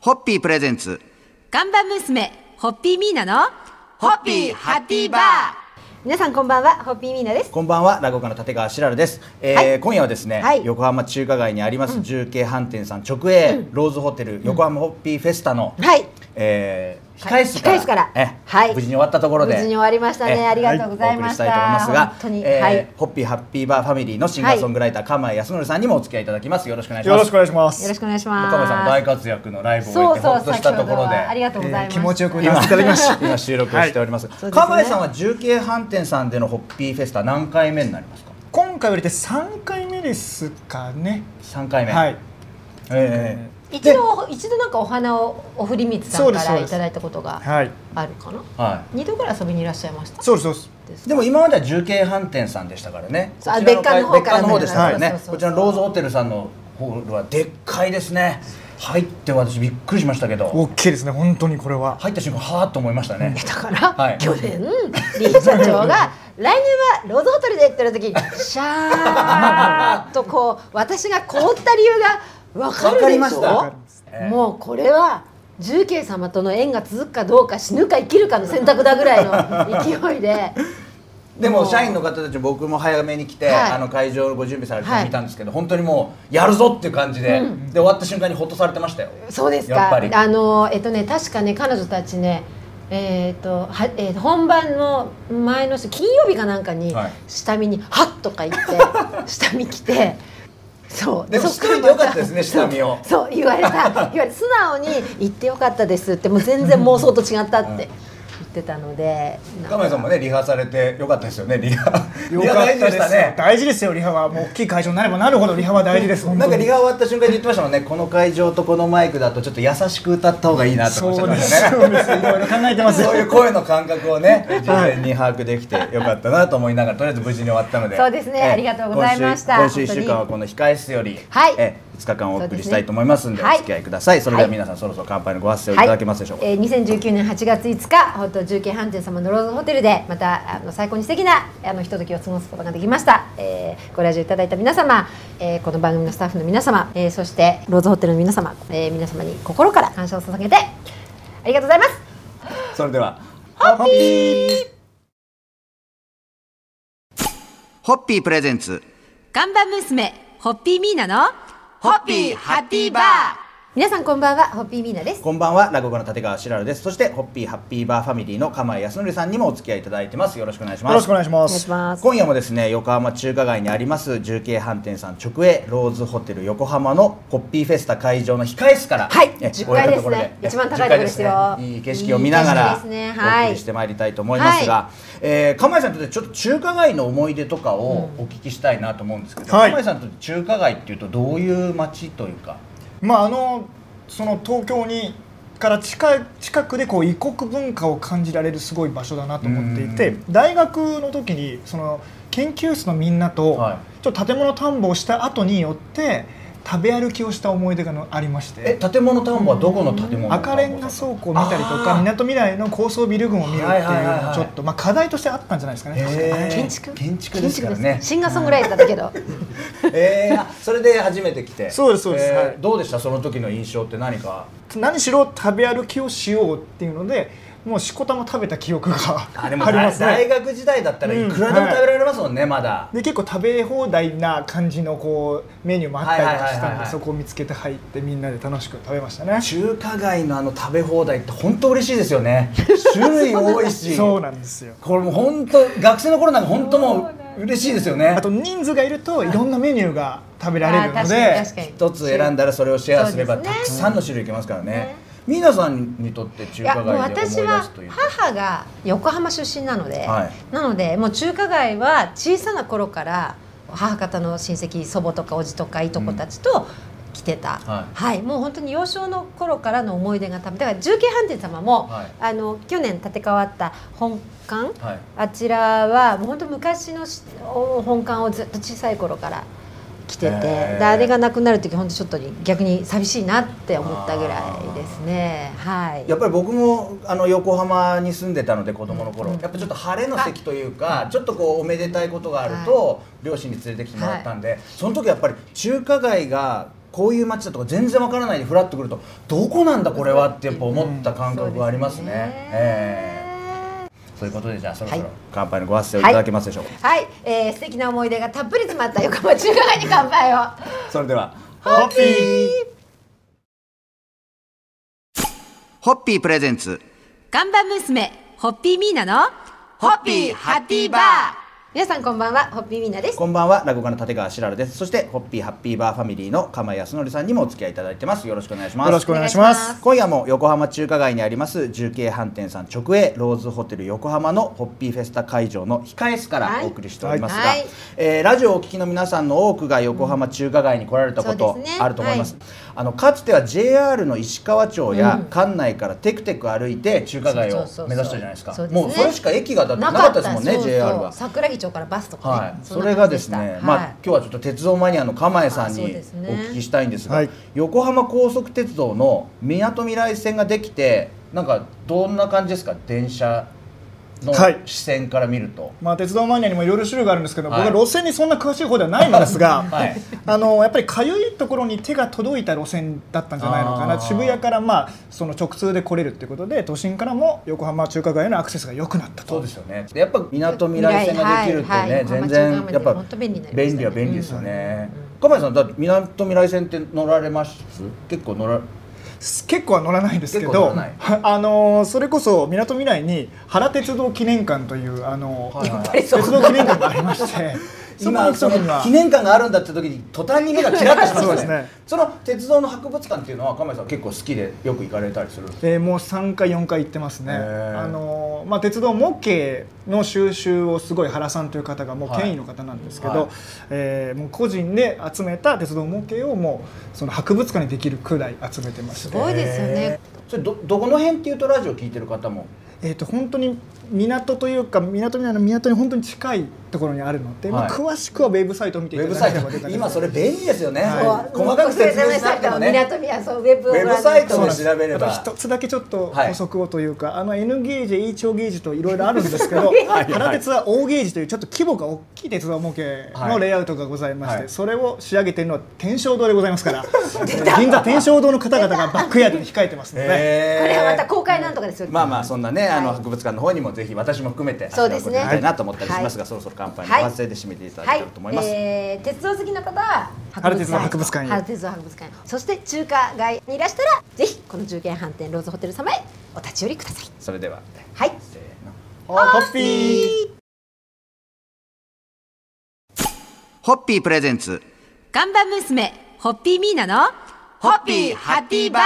ホッピープレゼンツ。ガンバ娘、ホッピーミーナの、ホッピーハッピーバー皆さんこんばんは、ホッピーミーナです。こんばんは、落語家の立川しらるです。えーはい今夜はですね、はい横浜中華街にあります重慶飯店さん直営、ローズホテル横浜ホッピーフェスタの、はい。えー控え室から,、控え室からえは無い事に終わったところで無事に終わりましたねえありがとうございましたはお送りしたい本当にと思いますが、えーはいホッピーハッピーバーファミリーのシンガーソングライター、鎌井康則さんにもお付き合いいただきますよろしくお願いしよまろすしくお願いします。よろしくお願いします。岡部さんも大活躍のライブを終えそうてそほう、っとしたところではありがとうございえまーす。気持ちよく今今いただき ました。今収録をしております、そうですね鎌井さんは重慶飯店さんでのホッピーフェスタ何回目になりますか今回を入れて三回目ですかね。 3回目はい。え一度、一度なんかお花を、お振り光さんかそうですそうらでいすただいたことがはい。あるかな。えは二度ぐらい遊びにいらっしゃいました。そうですそうです。い。でも今までは重慶飯店さんでしたからね。そうあこちら会別館の方から別館の方でしたからはねい。こちらのローズホテルさんのホールはでっかいですね。入って私びっくりしましたけど、大きいですね。本当にこれは。入った瞬間はーっと思いましたね。だから、はい去年リー社長が「来年はローズホテルで」って言った時にシャーッとこう私が凍った理由が分かるわかでりまししょたわかりますええもうこれは重慶様との縁が続くかどうか死ぬか生きるかの選択だぐらいの勢いで でも社員の方たち僕も早めに来て、はいあの会場のご準備されてるはのい見たんですけど、本当にもうやるぞっていう感じで、で終わった瞬間にほっとされてましたよ。そうですやっかぱりあのえっとね確かね彼女たちねえーとはえー本番の前の週金曜日かなんかにはい下見に「はっ!」とか言って 下見来てそうでもそっらしといてよかったまですね下見をそうそう言われた言われた素直に「行ってよかったです」ってもう全然妄想と違ったって言ってたのでカメさんもねリハされてよかったですよね。リハ。リよハかっ大事でたでしたすねよ。。大事ですよ。リハはもう大きい会場になればなるほどリハは大事です。本な当んかにリハ終わった瞬間に言ってましたもんね、この会場とこのマイクだとちょっと優しく歌った方がいいなとかおっしゃそっうてまでしす。たそね。うです。い ろいろ考えてますよそう。いう声の感覚を ね、事前に把握できてよかったなと思いながら、とりあえず無事に終わったので。そうですねええありがとうございました今週本当一に週間はこの控え室より、はいええ5日間お送りしたいと思いますんで、そうおですねはい付き合いください。それでは皆さん、そろそろ乾杯のご発声をいただけますでしょうか。はいえー、2019年8月5日本当重慶飯店様のローズホテルでまたあの最高に素敵なあのひとときを過ごすことができました、えーご来場いただいた皆様、えーこの番組のスタッフの皆様、えーそしてローズホテルの皆様、えー皆様に心から感謝を捧げてありがとうございますそれでは、ホッピーホッピープレゼンツ。看板娘ホッピーミーナのホッピーハッピーバー皆さんこんばんはホッピーミーナですこんばんは、落語家の立川しらるです。そして、ホッピーハッピーバーファミリーの釜井康則さんにもお付き合いいただいてます。よろしくお願いします。よろしくお願いしまお願いしす。ます今夜もですね横浜中華街にあります重慶飯店さん直営ローズホテル横浜のホッピーフェスタ会場の控え室からはいえ10終えた階ところですねえ一番高いところですよ10階ねいい景色を見ながいいら景色ですねはいお送りしてまいりたいと思いますが、えー釜井さんにとってちょっと中華街の思い出とかをお聞きしたいなと思うんですけど、はい釜井さんにとって中華街っていうとどういう街というかまああのその東京にから近い近くでこう異国文化を感じられるすごい場所だなと思っていてう大学の時にその研究室のみんなと、はちょっと建物探訪をした後によって食べ歩きをした思い出がのありましえて建物探訪はどこの建物赤レンガ倉庫を見たりとかみなとみらいの高層ビル群を見るってはいいうはいはいのはがいちょっと、まあ、課題としてあったんじゃないですかね。確かにへー建築建築ですからねシンガーソングライターだけどえー、あそれで初めて来てそうですそうですえーはいどうでしたその時の印象って何か何しろ食べ歩きをしようっていうのでもうしこたま食べた記憶が あありでもますね。大学時代だったらいくらでも食べられますもんね、まだで結構食べ放題な感じのこうメニューもあったりとかしはいはいはいたんはでいそこを見つけて入ってみんなで楽しく食べましたね中華街のあの食べ放題って本当嬉しいですよね種類多いし そうなんですよこれもう本当学生の頃なんか本当もう嬉しいですよねあと人数がいるといろんなメニューが食べられるあーの確かにで確かに一つ選んだらそれをシェアすればそうでたすねくさんの種類いけますからね皆さんにとって中いや華もう街で思い出私はすというと母が横浜出身なので、はいなのでもう中華街は小さな頃から母方の親戚祖母とかおじとかいとこたちと来てた、はいもう本当に幼少の頃からの思い出がたぶだから重慶飯店様も、はいあの去年建て替わった本館はいあちらはもう本当昔のしお本館をずっと小さい頃から来ててへーであれがなくなる時本当ちょっと逆に寂しいなって思ったぐらいですね。はい、やっぱり僕もあの横浜に住んでたので子供の頃、やっぱちょっと晴れの席というかちょっとこうおめでたいことがあると、両親に連れてきてもらったんで、その時やっぱり中華街がこういう街だとか全然わからないでフラッと来るとどこなんだこれはってやっぱ思った感覚がありますね。うんそうですねええそういうことでじゃあそろそろはい乾杯のご発声をいただけますでしょうか。はい、えー、素敵な思い出がたっぷり詰まった横浜中華街に乾杯をそれではホッピーホッピープレゼンツガンバ娘、ホッピーミーナの、ホッピーハッピーバー皆さんこんばんはホッピーミーナですこんばんは、落語家の立川しらるです。そして、ホッピーハッピーバーファミリーの釜井康則さんにもお付き合いいただいてます。よろしくお願いします。よろしくお願いしますお願いしま今夜も横浜中華街にあります重慶飯店さん直営ローズホテル横浜のホッピーフェスタ会場の控え室かはらいお送りしておりますが、はいえーラジオをお聞きの皆さんの多くが横浜中華街に来られたこうんとそうですねあると思います。あのかつては JR の石川町や館内からテクテク歩いて中華街を目指したじゃないですか。そうそうそうそうもうそれしか駅がだってなかったですもんね、そうそう JR は。桜木町からバスとかね、はい、んそなれが感じでしすたね、はいまあ今日はちょっと鉄道マニアの釜江さんにあおそうですね聞きしたいんですが、はい横浜高速鉄道のみなとみらい線ができてなんかどんな感じですか電車のはい視線から見ると、まあ、鉄道マニアにもいろいろ種類があるんですけど、はい僕は路線にそんな詳しい方ではないんですが、 はいあのやっぱりかゆいところに手が届いた路線だったんじゃないのかあなー渋谷から、まあ、その直通で来れるってことで都心からも横浜中華街へのアクセスが良くなったそうとですよねやっぱみなとみらい線ができるとね、はいはい全然はいやっぱ本当便利になりましたね便利は便利ですよね、釜井さんだってみなとみらい線って乗られます結構乗ら結構は乗らないんですけ結構ど乗らないあのそれこそみなとみらいに原鉄道記念館というあの、はいはい鉄道記念館がありまして そこに今行くそ時にのは記念館があるんだって時に途端に目がキラッとしまそうしでたすねねその鉄道の博物館っていうのは亀井さん結構好きでよく行かれたりするんですかえーもう3回4回行ってますね、へーあのーまあ、鉄道模型の収集をすごい原さんという方がもうはい権威の方なんですけど、はいえーもう個人で集めた鉄道模型をもうその博物館にできるくらい集めてましすて、ごいですよねそれどどこの辺っていうとラジオ聞いてる方もえー、と本当に港というか港みたいな港に本当に近いところにあるので、まあはい詳しくはウェブサイトを見ウていたェブだサイければ出トたり今それ便利ですよね、は細かく説明しなくてもね南はそうウェブをご覧にウェブサイトそうなんです調べればあと一つだけちょっとはい補足をというか、あの N ゲージ H 超ゲージといろいろあるんですけ ど原鉄は O ゲージというちょっと規模が大きい鉄道模型のレイアウトがございまして、はいそれを仕上げてるのは天正堂でございます から銀座天正堂の方々がバックヤードに控えてますので、 へーこれはまた公開なんとかですよ、まあまあそんなね、あのはい博物館の方にもぜひ私も含めてそうですね足を運んいただきたいなと思ったりしますが、そろそろ乾杯の発声で締めていただければと思います、はいえー鉄道好きの方は原鉄道博物館へ原鉄道博物館へそして中華街にいらしたらぜひこの重慶飯店ローズホテル様へお立ち寄りくださいそれでははいせーのホッピーホッピープレゼンツガンバ娘、ホッピーミーナの、ホッピーハッピーバー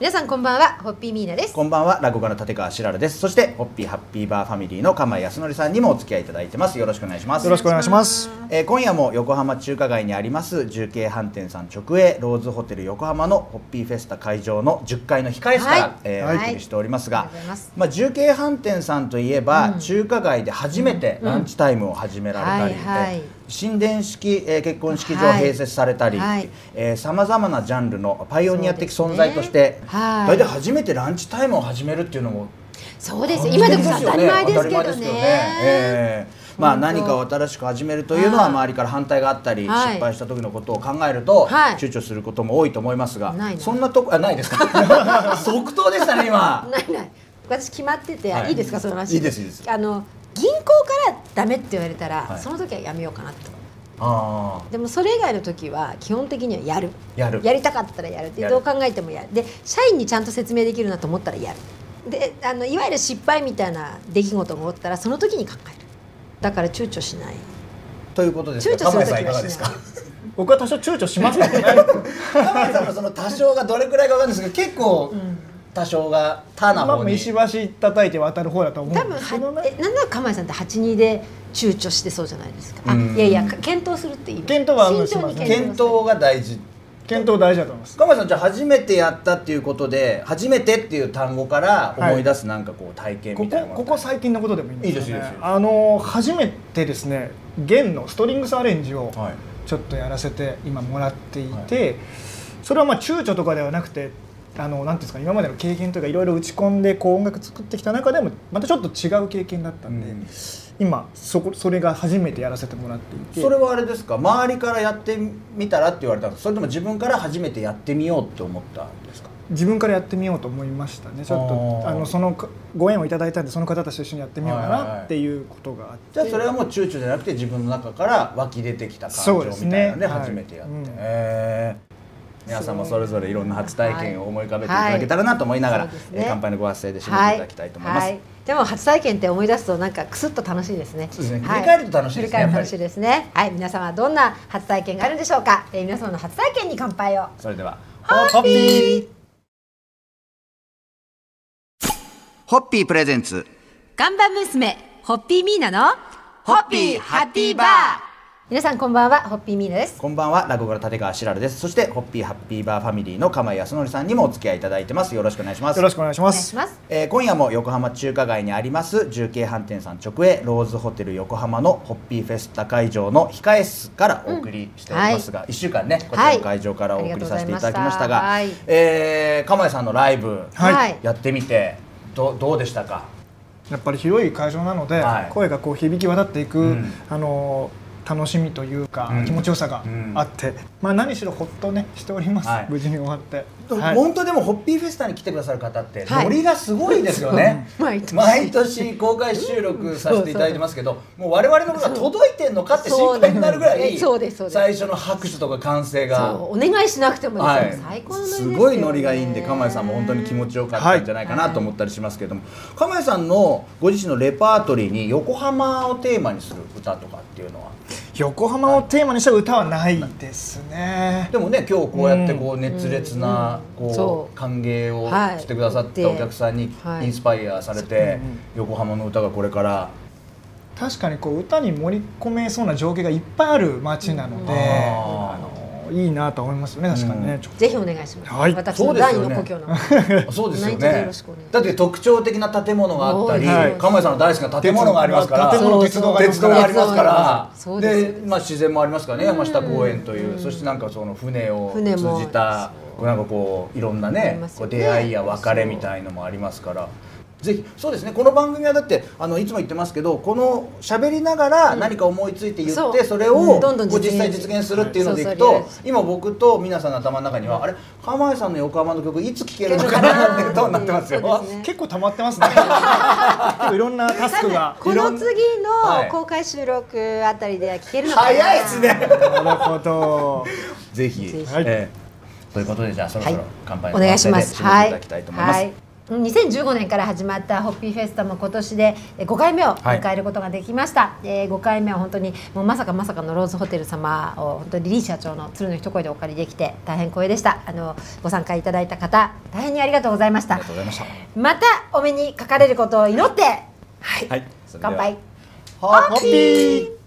皆さんこんばんはホッピーミーナですこんばんは、落語家の立川しらるです。そして、ホッピーハッピーバーファミリーの釜井康則さんにもお付き合いいただいてます。よろしくお願いします。よろしくお願いします。えー今夜も横浜中華街にあります重慶飯店さん直営ローズホテル横浜のホッピーフェスタ会場の10階の控え室から、はいえーはいお送りしておりますありががとうございます、まあ、重慶飯店さんといえば、中華街で初めてランチタイムを始められたり、はいはいえー神殿式、えー結婚式場をはい併設されたりはいさまざまなジャンルのパイオニア的存在として、そうですねはい大体初めてランチタイムを始めるっていうのもそうですよ今でこそ当たり前ですけど当たり前でねすよええまあ本当何かを新しく始めるというのははい周りから反対があったり、はい失敗した時のことを考えると、はい躊躇することも多いと思いますが、ないなそんなとこあないですか 即答でしたね 今ないない私決まってて、はいい、いですかその話いいですいいですあの銀行からダメって言われたら、はいその時はやめようかなとあでもそれ以外の時は基本的にはやるやるやりたかったらやるでやるどう考えてもやるで社員にちゃんと説明できるなと思ったらやるであのいわゆる失敗みたいな出来事が起こったらその時に考えるだから躊躇しないーということです躊が躇玉する井さんい時かがはですしなかい僕は多少躊躇しますけどね玉井さんのその多少がどれくらいかわかんないですけど結構多少がターなま方あに、石橋叩いて渡る方だと思う多ん分ですけどはねえなんなら釜井さんって82で躊躇してそうじゃないですかあうんいやいや検討するって言います検討はうん慎重にします検討が大事検討大事だと思います深町さんじゃあ初めてやったっていうことで初めてっていう単語から思い出すなんかこう体験こみたいこなものここ最近のことでもいいんですよ、ね、いいですいいですあの初めてですね弦のストリングスアレンジをはいちょっとやらせて今もらっていて、それはまあ躊躇とかではなくてあのなんていうんですか今までの経験というかいろいろ打ち込んでこう音楽作ってきた中でもまたちょっと違う経験だったんで、うん今そこそれが初めてやらせてもらっていてそれはあれですか周りからやってみたらって言われたんですそれとも自分から初めてやってみようって思ったんですか自分からやってみようと思いましたねちょっとあーあのそのかご縁をいただいたんでその方たちと一緒にやってみようはかいはいはいなっていうことがあってじゃあそれはもう躊躇じゃなくて自分の中から湧き出てきた感情みたいなそうですのでね初めてやって、はいうんへー皆さんもそれぞれいろんな初体験を思い浮かべていただけたらなと思いながら、はいはいそうですえねー乾杯のご発声で締めていただきたいと思います。はいでも初体験って思い出すとなんかクスッと楽しいですね。そうですねはい振り返ると楽しいですね振り返ると楽しいですね。はい、皆様はどんな初体験があるんでしょうか。えー皆様の初体験に乾杯を。それではホッピーホッピープレゼンツ看板娘、ホッピーミーナの、ホッピーハッピーバー皆さんこんばんは、ホッピーミーナです。こんばんは落語家の立川しらるですそしてホッピーハッピーバーファミリーの釜井康則さんにもお付き合いいただいてますよろしくお願いしますよろしくお願いしまお願いすします。えー今夜も横浜中華街にあります重慶飯店さん直営ローズホテル横浜のホッピーフェスタ会場の控え室からお送りしておりますが、一1週間ねこちらの会場からお送りさせていただきましたが、はいありがとうごえー、釜井さんのライブ、はいやってみてどどうでしたかやっぱり広い会場なので、はい声がこう響き渡っていく、うんあの楽しみというか、うん気持ちよさがあって、まあ何しろほっとねしております、はい無事に終わって、はい本当でもホッピーフェスタに来てくださる方ってはいノリがすごいですよね、 毎年毎年公開収録させていただいてますけ どもう我々のことが届いてんのかって心配になるぐらいそうですそうですそう最初の拍手とか歓声そがう、お願いしなくてもですよ、はい最高のノリですすよねごいノリがいいんで釜井さんも本当に気持ちよかったんじゃないかなと思ったりしますけれども釜井さんのご自身のレパートリーに横浜をテーマにする歌とかっていうのは横浜をテーマにした歌はないですねでもね今日こうやってこう熱烈なうんこそうう歓迎をはいしてくださったお客さんにはいインスパイアされて横浜の歌がこれから確かにこう歌に盛り込めそうな情景がいっぱいある街なので、あーあのいいなと思いますよね確かにね、うんちょっとぜひお願いします。はい私そうのです第よ二ねの故郷 の。そうですよね何卒よろしくお願いしますだって特徴的な建物があったりはい釜井さんの大好きな建物がありますから建物そう鉄そ道うがありま鉄す道かがあらりますからそうですそうでですまあ自然もありますからね山下公園というそしてなんかその船を船も通じたこうなんかこういろんなありねますよこうね出会いや別れみたいのもありますから。ぜひそうですねこの番組はだってあのいつも言ってますけどこの喋りながら何か思いついて言っそて、うそれをうんどんどんこう実現実際実現するっていうのでいくはいとそうそ今僕と皆さんの頭の中にはあれ釜井さんの横浜の曲いつ聴けるのかなってどうなってますよ。そうですね結構溜まって ますね結構いろんなタスクがこの次はいの公開収録あたりで聞けるのかな。早いですね。なるほ ど ぜひ。ぜひはいええということでじゃあそろそろ乾杯のお願いします。乾杯で締めていただきたいと思います。はい2015年から始まったホッピーフェスタも今年でえー5回目を迎えることができました、えー5回目は本当にもうまさかまさかのローズホテル様を本当にリー社長の鶴の一声でお借りできて大変光栄でしたあのご参加いただいた方大変にありがとうございましあたりがとうございました。またお目にかかれることを祈ってはい、はいそれでは乾杯ハッピー。